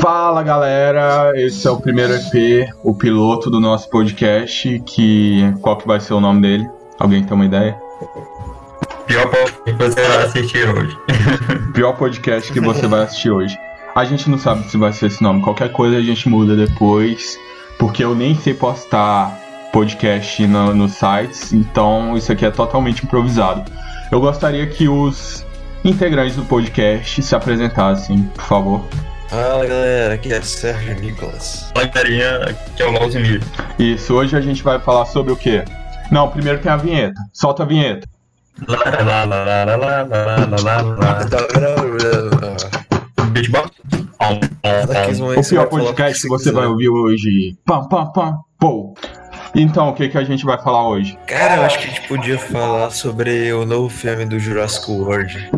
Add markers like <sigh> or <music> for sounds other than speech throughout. Fala galera, esse é o primeiro EP, o piloto do nosso podcast, que qual que vai ser o nome dele? Alguém tem uma ideia? Pior podcast que você vai assistir hoje. Pior podcast que você vai assistir hoje. A gente não sabe se vai ser esse nome, qualquer coisa a gente muda depois, porque eu nem sei postar podcast no- nos sites, então isso aqui é totalmente improvisado. Eu gostaria que os integrantes do podcast se apresentassem, por favor. Fala galera, aqui é Sérgio Nicolas. Fala galerinha, que é o Mouse Mid. Isso, hoje a gente vai falar sobre o quê? Não, primeiro tem a vinheta. Solta a vinheta. Lá, lá, lá, lá, lá, lá, lá, lá, lá, lá. Beatbox? Om, om, om. O pior podcast que você vai ouvir hoje. Pam, pam, pam, pou. Então, o que, que a gente vai falar hoje? Cara, eu acho que a gente podia falar sobre o novo filme do Jurassic World.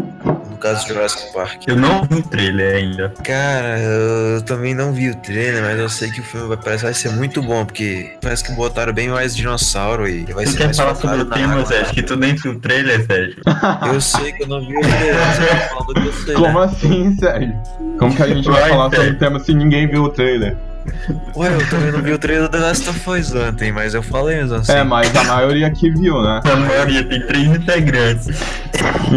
No caso, Jurassic Park. Eu não vi o trailer ainda. Cara, eu também não vi o trailer, mas eu sei que o filme vai, parece, vai ser muito bom, porque parece que botaram bem mais dinossauro e vai Tu ser quer mais falar sobre focado o na tema, água. Sérgio? Que tu nem viu o trailer, Sérgio. Eu sei que eu não vi o trailer, mas eu tô falando que eu sei, né? Como assim, Sérgio? Como que a gente vai Vai, falar sobre Sérgio. o tema se ninguém viu o trailer? Ué, eu também não vi o trailer do The Last of Us ontem, mas eu falei antes assim. É, mas a maioria aqui viu, <laughs> né? A maioria tem três integrantes.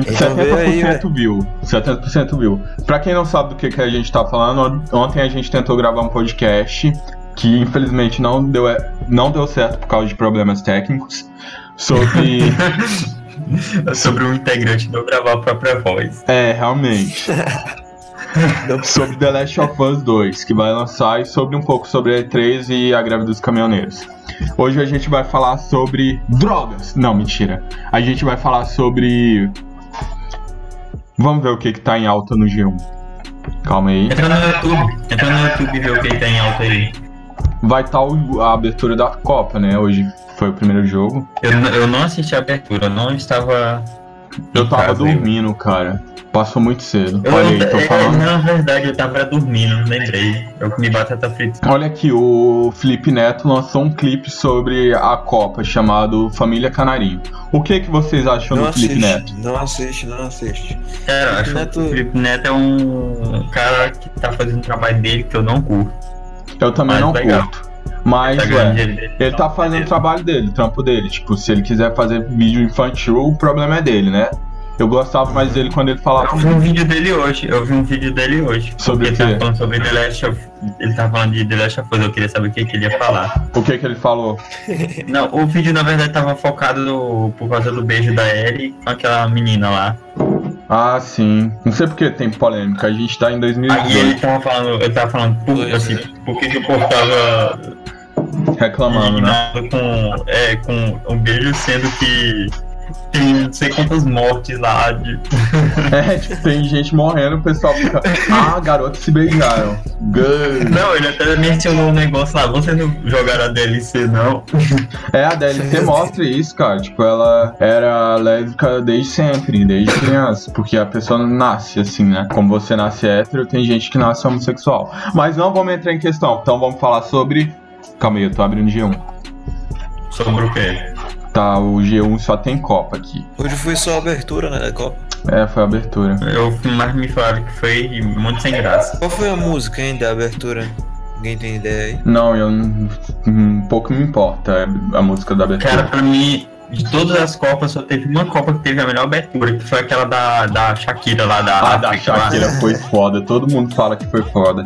Então vê aí, 70% viu. 70% viu. Pra quem não sabe do que, que a gente tá falando, ontem a gente tentou gravar um podcast que infelizmente não deu, é, não deu certo por causa de problemas técnicos. <laughs> Sobre. Sobre um integrante não gravar a própria voz. é, realmente. <laughs> sobre The Last of Us 2, que vai lançar, e sobre um pouco sobre a E3 e a greve dos caminhoneiros. Hoje a gente vai falar sobre drogas. Não, mentira. A gente vai falar sobre. Vamos ver o que, que tá em alta no G1. Calma aí. Entra no YouTube. Entra no YouTube e vê o que tem alto aí. Vai estar a abertura da Copa, né? Hoje foi o primeiro jogo. Eu, n- eu não assisti a abertura, eu não estava. Eu em tava casa ainda. dormindo, cara. Passou muito cedo. Eu Olha não- aí, tô é, <laughs> falando. Na verdade, eu tava dormindo, não lembrei. Eu comi batata frita. Olha aqui, o Felipe Neto lançou um clipe sobre a Copa chamado Família Canarinho. O que que vocês acham Não do Felipe Neto? assiste, não assiste, não assiste. Cara, eu acho Neto- que o Felipe Neto é um cara que tá fazendo o trabalho dele que eu não curto. Eu também Mas não Ah, legal. curto. Mas, Tá ué, ganhando dinheiro dele. ele tá fazendo o trabalho dele, o trampo dele. Tipo, se ele quiser fazer vídeo infantil, o problema é dele, né? Eu gostava mais dele quando ele Eu falava. vi um vídeo dele hoje, eu vi um vídeo dele hoje. Sobre ele o quê? tava falando sobre The Last of Ele tava falando de The Last of Us, eu queria saber o que, que ele ia falar. O que que ele falou? Não, o vídeo na verdade tava focado no- por causa do beijo da Ellie com aquela menina lá. Ah, sim. Não sei porque tem polêmica. A gente tá em Aí 2018 ele tava falando, eu tava falando, por, assim, por que, que o povo tava reclamando, <laughs> né? indignado com, é, com um beijo, sendo que tem não sei quantas mortes lá. De... É, tipo, tem gente morrendo, o pessoal fica. Ah, garotos se beijaram. Gay. Não, ele até mencionou um negócio lá, vocês não jogaram a DLC não? É, a DLC mostra isso, cara. Tipo, ela era lésbica desde sempre, desde criança. Porque a pessoa nasce assim, né? Como você nasce hétero, tem gente que nasce homossexual. Mas não vamos entrar em questão. Então vamos falar sobre. Calma aí, eu tô abrindo o G1. Sobre o quê? Tá, o G1 só tem Copa aqui. Hoje foi só a abertura, né, da Copa. É, foi a abertura. Eu mais me falaram que foi muito sem graça. Qual foi a música, hein, da abertura? Ninguém tem ideia aí. Não, eu. não- Um pouco me importa é, a música da abertura. Cara, pra mim, de todas as Copas, só teve uma Copa que teve a melhor abertura, que foi aquela da, da Shakira lá da A Ah, da África, lá. Shakira foi foda, todo mundo fala que foi foda.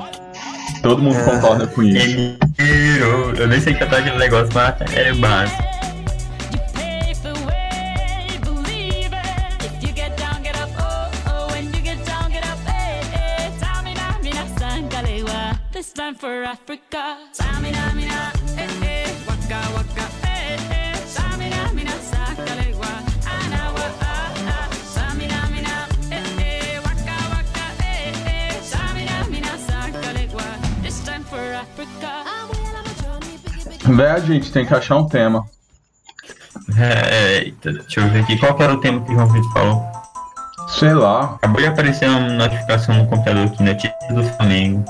Todo mundo concorda com isso. Ele tirou- É Eu nem sei cantar aquele negócio, mas é básico. You pave the way, believe it. If you get down, get up. Oh, oh, when you get down, get up. Hey, hey. Tamina, mina, sangalewa. This time for Africa. Tamina, mina, eh, eh. Waka, waka, eh, eh. Tamina, mina, sangalewa. Anawa, ah, ah. Tamina, mina, eh, eh. Waka, waka, eh, eh. Tamina, mina, sangalewa. This time for Africa. Véi, a gente tem que achar um tema. É, eita, deixa eu ver aqui. Qual que era o tema que o João Vitor falou? Sei lá. Acabou de aparecer uma notificação no computador aqui, notícias do Flamengo.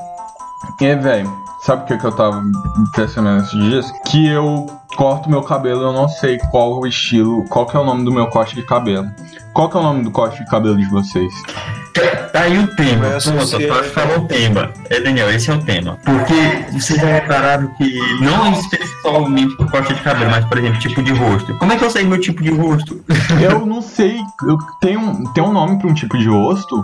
E, véi, sabe o que, que eu tava me impressionando esses dias? Que eu corto meu cabelo, eu não sei qual o estilo, qual que é o nome do meu corte de cabelo. Qual que é o nome do corte de cabelo de vocês? Tá aí o tema. Vai Pronto, associar, tu falou o tema. É, Daniel, esse é o tema. Porque vocês já repararam que não especialmente por corte de cabelo, mas, por exemplo, tipo de rosto. Como é que eu sei meu tipo de rosto? Eu não sei. Eu tem, um, tem um nome pra um tipo de rosto?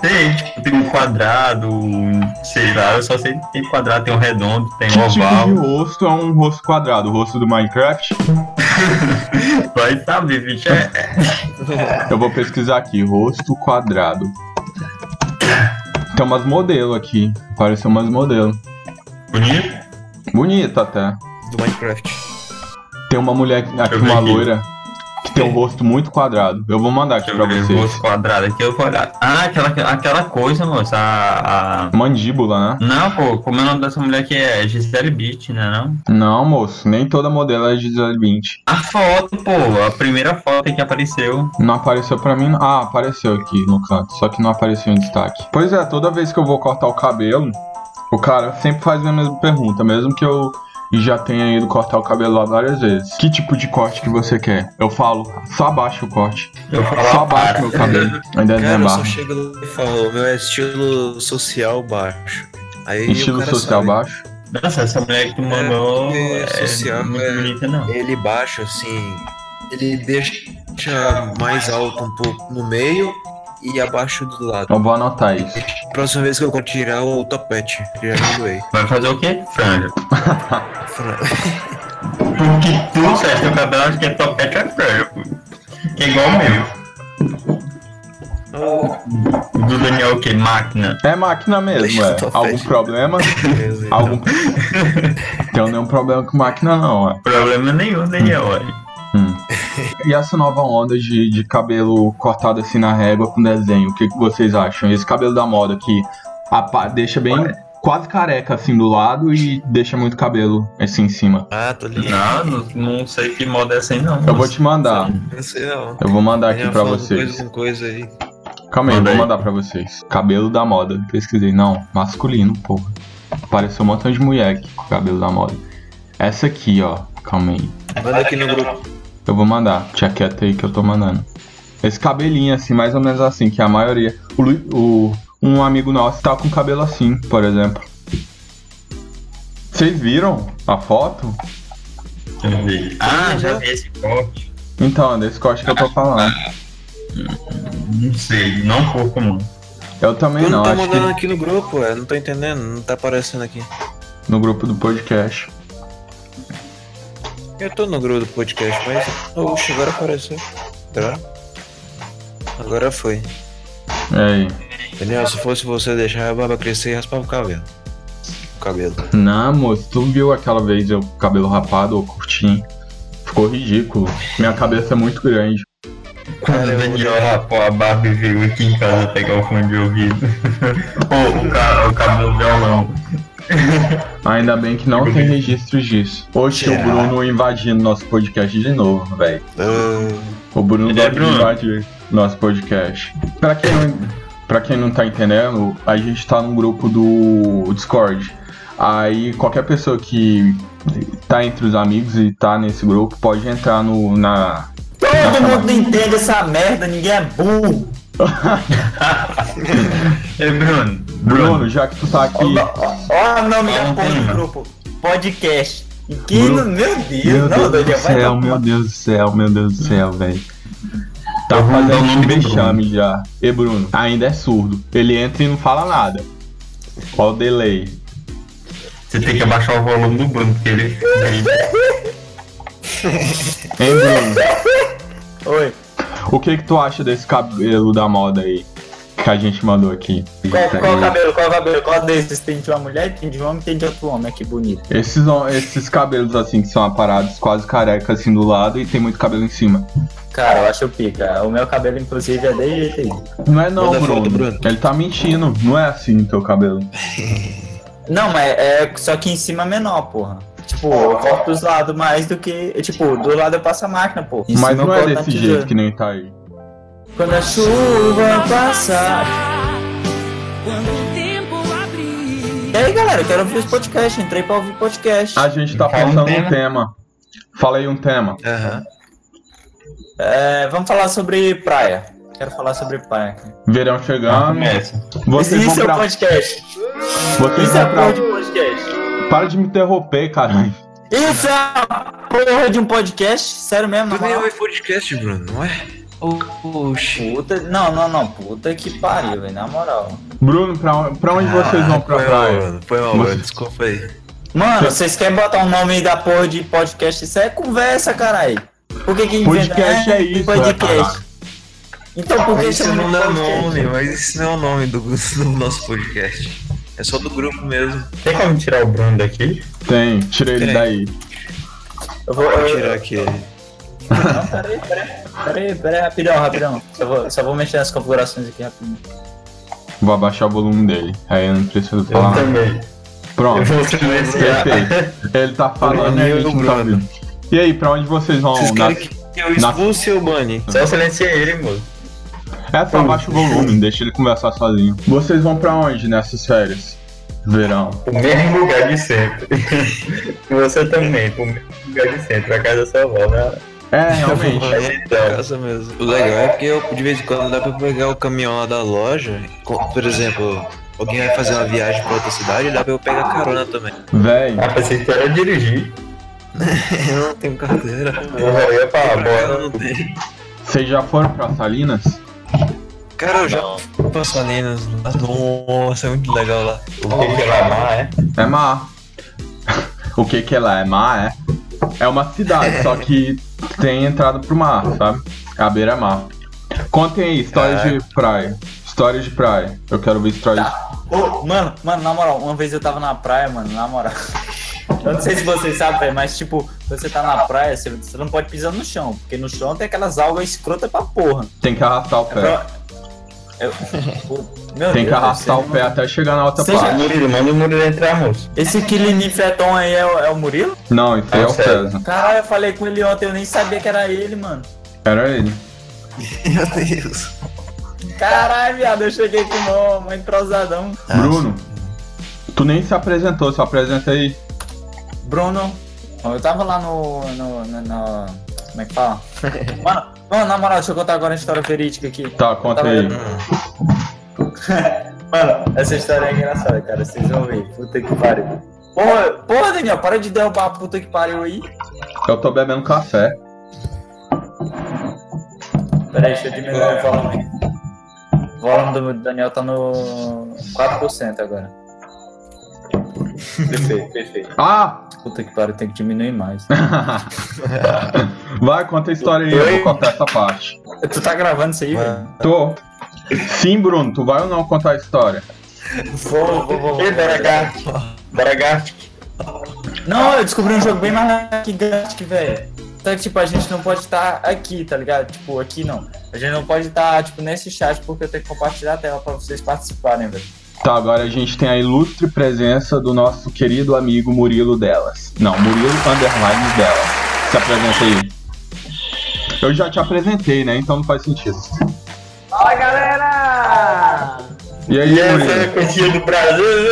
Tem, tipo, tem um quadrado, um- sei lá, eu só sei que tem quadrado, tem um redondo, tem Que um tipo de oval. rosto é um rosto quadrado? O rosto do Minecraft? Vai saber, bicho. É, é. Eu vou pesquisar aqui, rosto quadrado. Tem umas modelo aqui. Pareceu umas modelo. bonito? Bonita até. do Minecraft. Tem uma mulher aqui, eu ver uma aqui. loira, que tem um rosto muito quadrado. Eu vou mandar aqui Deixa pra eu ver o vocês. rosto quadrado aqui, eu vou olhar. Ah, aquela, aquela coisa, moça, a... a- Mandíbula, né? Não, pô, como é o nome dessa mulher que é Gisele Beach, né, não? Não, moço, nem toda modelo é Gisele Bündchen. A foto, pô, a primeira foto que apareceu. Não apareceu pra mim. Ah, apareceu aqui no canto, só que não apareceu em destaque. Pois é, toda vez que eu vou cortar o cabelo, o cara sempre faz a mesma pergunta, mesmo que eu já tenha ido cortar o cabelo lá várias vezes. Que tipo de corte que você quer? Eu falo, só abaixa o corte. Eu falo, Só ah, abaixa para. meu cabelo. Ainda é Cara, não eu só barba. chego lá e falo, meu é estilo social baixo. Aí o Estilo cara social sabe, baixo. Nossa, essa mulher que tu mandou É, é, social, muito é. bonita, não. Ele baixo, assim, ele deixa mais alto um pouco no meio e abaixo do lado. Eu vou anotar isso. Próxima vez que eu vou tirar o topete, que já me <laughs> doei. Vai fazer o quê? <laughs> Franja. Fran- Porque tu, Sérgio, teu cabelo acho que é topete é franja, pô. Que é igual o meu. Oh. Do Daniel, o quê? Máquina. É máquina mesmo, Deixa é. eu só Algum fechar. problema? Beleza, então. Algum. <laughs> Então, Tenho nenhum um problema com máquina, não, é. Problema nenhum, Daniel, olha. Hum. E essa nova onda de, de cabelo cortado assim na régua com desenho, o que, que vocês acham? Esse cabelo da moda que apa- deixa bem quase careca assim do lado e deixa muito cabelo assim em cima. Ah, tô ligado. Não, não, não sei que moda é essa aí, não. Eu vou te mandar, Não sei não. eu vou mandar Tá aqui Daniel pra falando vocês. Coisa com coisa aí. Calma aí, eu Manda vou aí. mandar pra vocês. Cabelo da moda, pesquisei. Não, masculino, porra. Apareceu um montão de mulher aqui com o cabelo da moda. Essa aqui, ó, calma aí. Manda aqui no grupo. Eu vou mandar. Tinha quieta aí que eu tô mandando. Esse cabelinho, assim, mais ou menos assim, que a maioria. O, Lu- o- um amigo nosso tá com cabelo assim, por exemplo. Vocês viram a foto? Deixa eu ver. Ah, já vi esse corte. Então, é desse corte que eu tô falando. Não sei, não pouco, mano. Eu Tu também não não, tá acho mandando que aqui no grupo, é? Não tô entendendo, não tá aparecendo aqui. no grupo do podcast. Eu tô no grupo do podcast, mas. Oxe, agora apareceu. Tá? Agora foi. É. Daniel, se fosse você deixar a barba crescer e raspava o cabelo. O cabelo. Não, moço, tu viu aquela vez eu com cabelo rapado ou curtinho? Ficou ridículo. Minha cabeça é muito grande. Quando o Daniel rapou a barba e veio aqui em casa pegar o fone de <laughs> ouvido. Ou o, ca o cabelo violão. Ainda bem que não tem registros disso. Oxe, o Bruno invadindo nosso podcast de novo, velho. Ah, O Bruno Ele é gosta de Bruno. invadir nosso podcast. Pra quem, não, pra quem não tá entendendo, a gente tá num grupo do Discord. Aí qualquer pessoa que tá entre os amigos e tá nesse grupo pode entrar no, na. Todo mundo entende essa merda, ninguém é burro. Ei, É, Bruno. Bruno, já que tu tá aqui. Olha o nome da porra do grupo. Podcast. E que, Bruno- meu Deus, Meu não, Deus do Daniel, vai céu, dar- meu Deus do céu, meu Deus do céu, velho. Tá Eu vou mandar o fazendo um nome do vexame já. E Bruno, ainda é surdo. Ele entra e não fala nada. Ó o delay. Você tem que abaixar o volume do Bruno, porque <laughs> ele. Hein, Bruno? Oi. O que que tu acha desse cabelo da moda aí? Que a gente mandou aqui. Qual, qual o cabelo, qual o cabelo, qual desses? Tem de uma mulher, tem de um homem, tem de outro homem, que bonito. Esses, on- esses cabelos assim que são aparados, quase careca assim do lado e tem muito cabelo em cima. Cara, eu acho pica. O meu cabelo, inclusive, é desse jeito aí. Não é não, Manda Bruno. foto, Bruno. Ele tá mentindo. Não é assim o teu cabelo. Não, mas é só que em cima é menor, porra. Tipo, eu corto os lados mais do que. Tipo, do lado eu passo a máquina, porra. Em Mas cima eu não é corto na desse tesoura. jeito que nem tá aí. Quando a chuva passar. Quando o tempo abrir. E aí, galera, eu quero ouvir os podcasts. Entrei pra ouvir podcast. A gente tá Fala um pensando um tema. tema. Fala aí um tema. Aham. É, vamos falar sobre praia. Quero falar sobre Parker. Verão Ah, chegando. Começa. Vocês vão isso é pra- o podcast. Vocês Isso vão é a pra... porra de podcast. Para de me interromper, caralho. Isso é a porra de um podcast? Sério mesmo? na Tu nem moral? ouve podcast, Bruno, não é? Oxi. Puta. Não, não, não. Puta que pariu, velho. Na moral. Bruno, pra, pra onde vocês vão pra Ah, foi praia? Mal, mano, foi mal, Você- mano. Desculpa aí. Mano, vocês querem botar um nome aí da porra de podcast? Isso é conversa, caralho. Por que que inventa? Podcast é isso, é, Podcast. caralho. então por que Mas isso chama não de é o podcast? nome, mas esse não é o nome do, <laughs> do nosso podcast. É só do grupo mesmo. Tem como tirar o Bruno daqui? Tem, tirei ele Tem. daí. Eu vou, Vou eu- tirar aqui. Não, peraí, peraí. Peraí, peraí, rapidão, rapidão. Só vou, só vou mexer nas configurações aqui rapidinho. Vou abaixar o volume dele. Aí eu não preciso Eu falar. também. Eu Pronto, <laughs> vou também tirar. perfeito. Ele tá falando e Eu a e gente o não tá Bruno. ouvindo. E aí, pra onde vocês vão? Vocês Na- querem que eu expulse ou <laughs> bane? Só silencia ele, moço. É só abaixa o volume, deixa ele conversar sozinho. Vocês vão pra onde nessas férias? Verão. O mesmo lugar de sempre. <laughs> E você também, o mesmo lugar de sempre. A casa da sua avó, né? É, realmente. Então, Casa mesmo. O legal é porque eu, de vez em quando dá pra pegar o caminhão lá da loja. Com- Por exemplo, alguém vai fazer uma viagem pra outra cidade, dá pra eu pegar carona também. Véi, a pensei que era dirigir. <laughs> Eu não tenho carteira. Eu ia falar, Eu bora. não tenho. vocês já foram pra Salinas? Cara, eu já fui pra Salinas. Nossa, é muito legal lá. O que que é lá, é? É má. <laughs> o que que ela é? Má é? É uma cidade, só que tem entrada pro mar, sabe? A beira é mar. Contem aí, histórias de praia. Histórias de praia. Eu quero ver histórias. Ô, mano, mano, na moral, uma vez eu tava na praia, mano, na moral. Eu não sei se vocês sabem, velho, mas tipo, você tá na praia, você, você não pode pisar no chão, porque no chão tem aquelas algas escrotas pra porra. Tem que arrastar o É pé. pra- Eu- Pô, meu Tem Deus, que arrastar você o pé não- até chegar na outra Você já- parte. Murilo, manda o Murilo entrar, moço. Esse quilinifeton aí é, o- é o Murilo? Não, isso aí é o Sério? César. Caralho, eu falei com ele ontem, eu nem sabia que era ele, mano. Era ele. Meu Deus. Caralho, viado, eu cheguei com o mó- mó entrosadão. Bruno, tu nem se apresentou, se apresenta aí. Bruno, eu tava lá no. no, no- no- como é que fala? Mano, mano, na moral, deixa eu contar agora uma história verídica aqui. Tá, conta aí. <laughs> Mano, essa história é engraçada, cara. Vocês vão ver. Puta que pariu. Porra, porra, Daniel, para de derrubar a puta que pariu aí. Eu tô bebendo café. Pera aí, deixa eu É. diminuir o volume. O volume do Daniel tá no 4% agora. Perfeito, perfeito. Ah! Puta que pariu, tem que diminuir <laughs> mais. Vai, conta a história aí, eu vou cortar essa parte. Tu tá gravando isso aí, velho? Tô. Sim, Bruno, tu vai ou não contar a história? Vou, vou, vou. Ei, Daragart. Daragart. Não, eu descobri um jogo bem mais gigante, velho. Só que, tipo, a gente não pode estar aqui, tá ligado? Tipo, aqui não. A gente não pode estar, tipo, nesse chat, porque eu tenho que compartilhar a tela pra vocês participarem, velho. Tá, agora a gente tem a ilustre presença do nosso querido amigo Murilo Delas. Não, Murilo Underline Delas. Se apresenta aí. Eu já te apresentei, né? Então não faz sentido. Fala galera! E aí, E essa é Murilo? a coxinha do Brasil.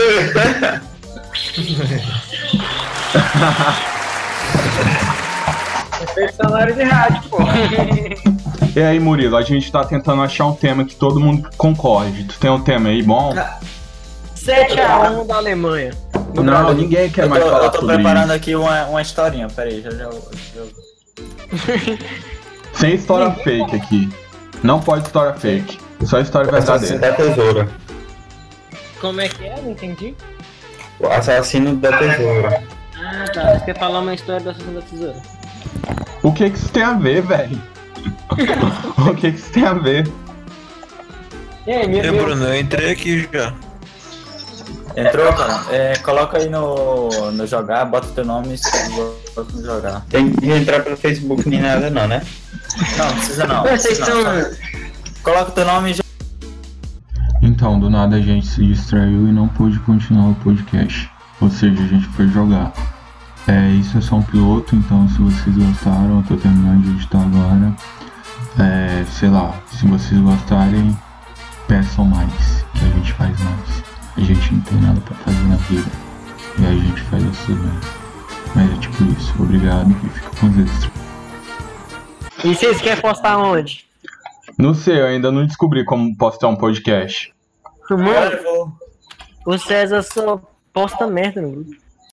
Efeito sonoro de rádio, pô. E aí, Murilo? A gente tá tentando achar um tema que todo mundo concorde. Tu tem um tema aí bom? 7x1 da Alemanha. Não, ninguém quer eu tô, mais falar eu tô sobre preparando aqui uma, uma historinha, peraí, já já. já- isso. Sem história fake aqui. Não pode história fake. É Só história Assassino verdadeira. da tesoura. Como é que é? Não entendi. O assassino da tesoura. Ah, tá. Você quer falar uma história do assassino da tesoura? O que que isso tem a ver, velho? <laughs> o que que isso tem a ver? E aí, meu Eu, Deus. Bruno, eu entrei aqui já. Entrou, cara? É, coloca aí no, no jogar, bota teu nome e bota no jogar. Tem que entrar pelo Facebook nem nada, não, né? Não, não precisa não. não Vocês precisa estão. não, tá? Coloca teu nome e já. Então, do nada a gente se distraiu e não pôde continuar o podcast. Ou seja, a gente foi jogar. É, isso é só um piloto, então se vocês gostaram, eu tô terminando de editar agora. É, sei lá, se vocês gostarem, peçam mais, que a gente faz mais. A gente não tem nada pra fazer na vida. E a gente faz isso bem. Mas é tipo isso, obrigado e fica com os extras. E vocês querem postar onde? Não sei, eu ainda não descobri como postar um podcast. Mano, Agora eu vou. Ah. o César só posta merda no grupo.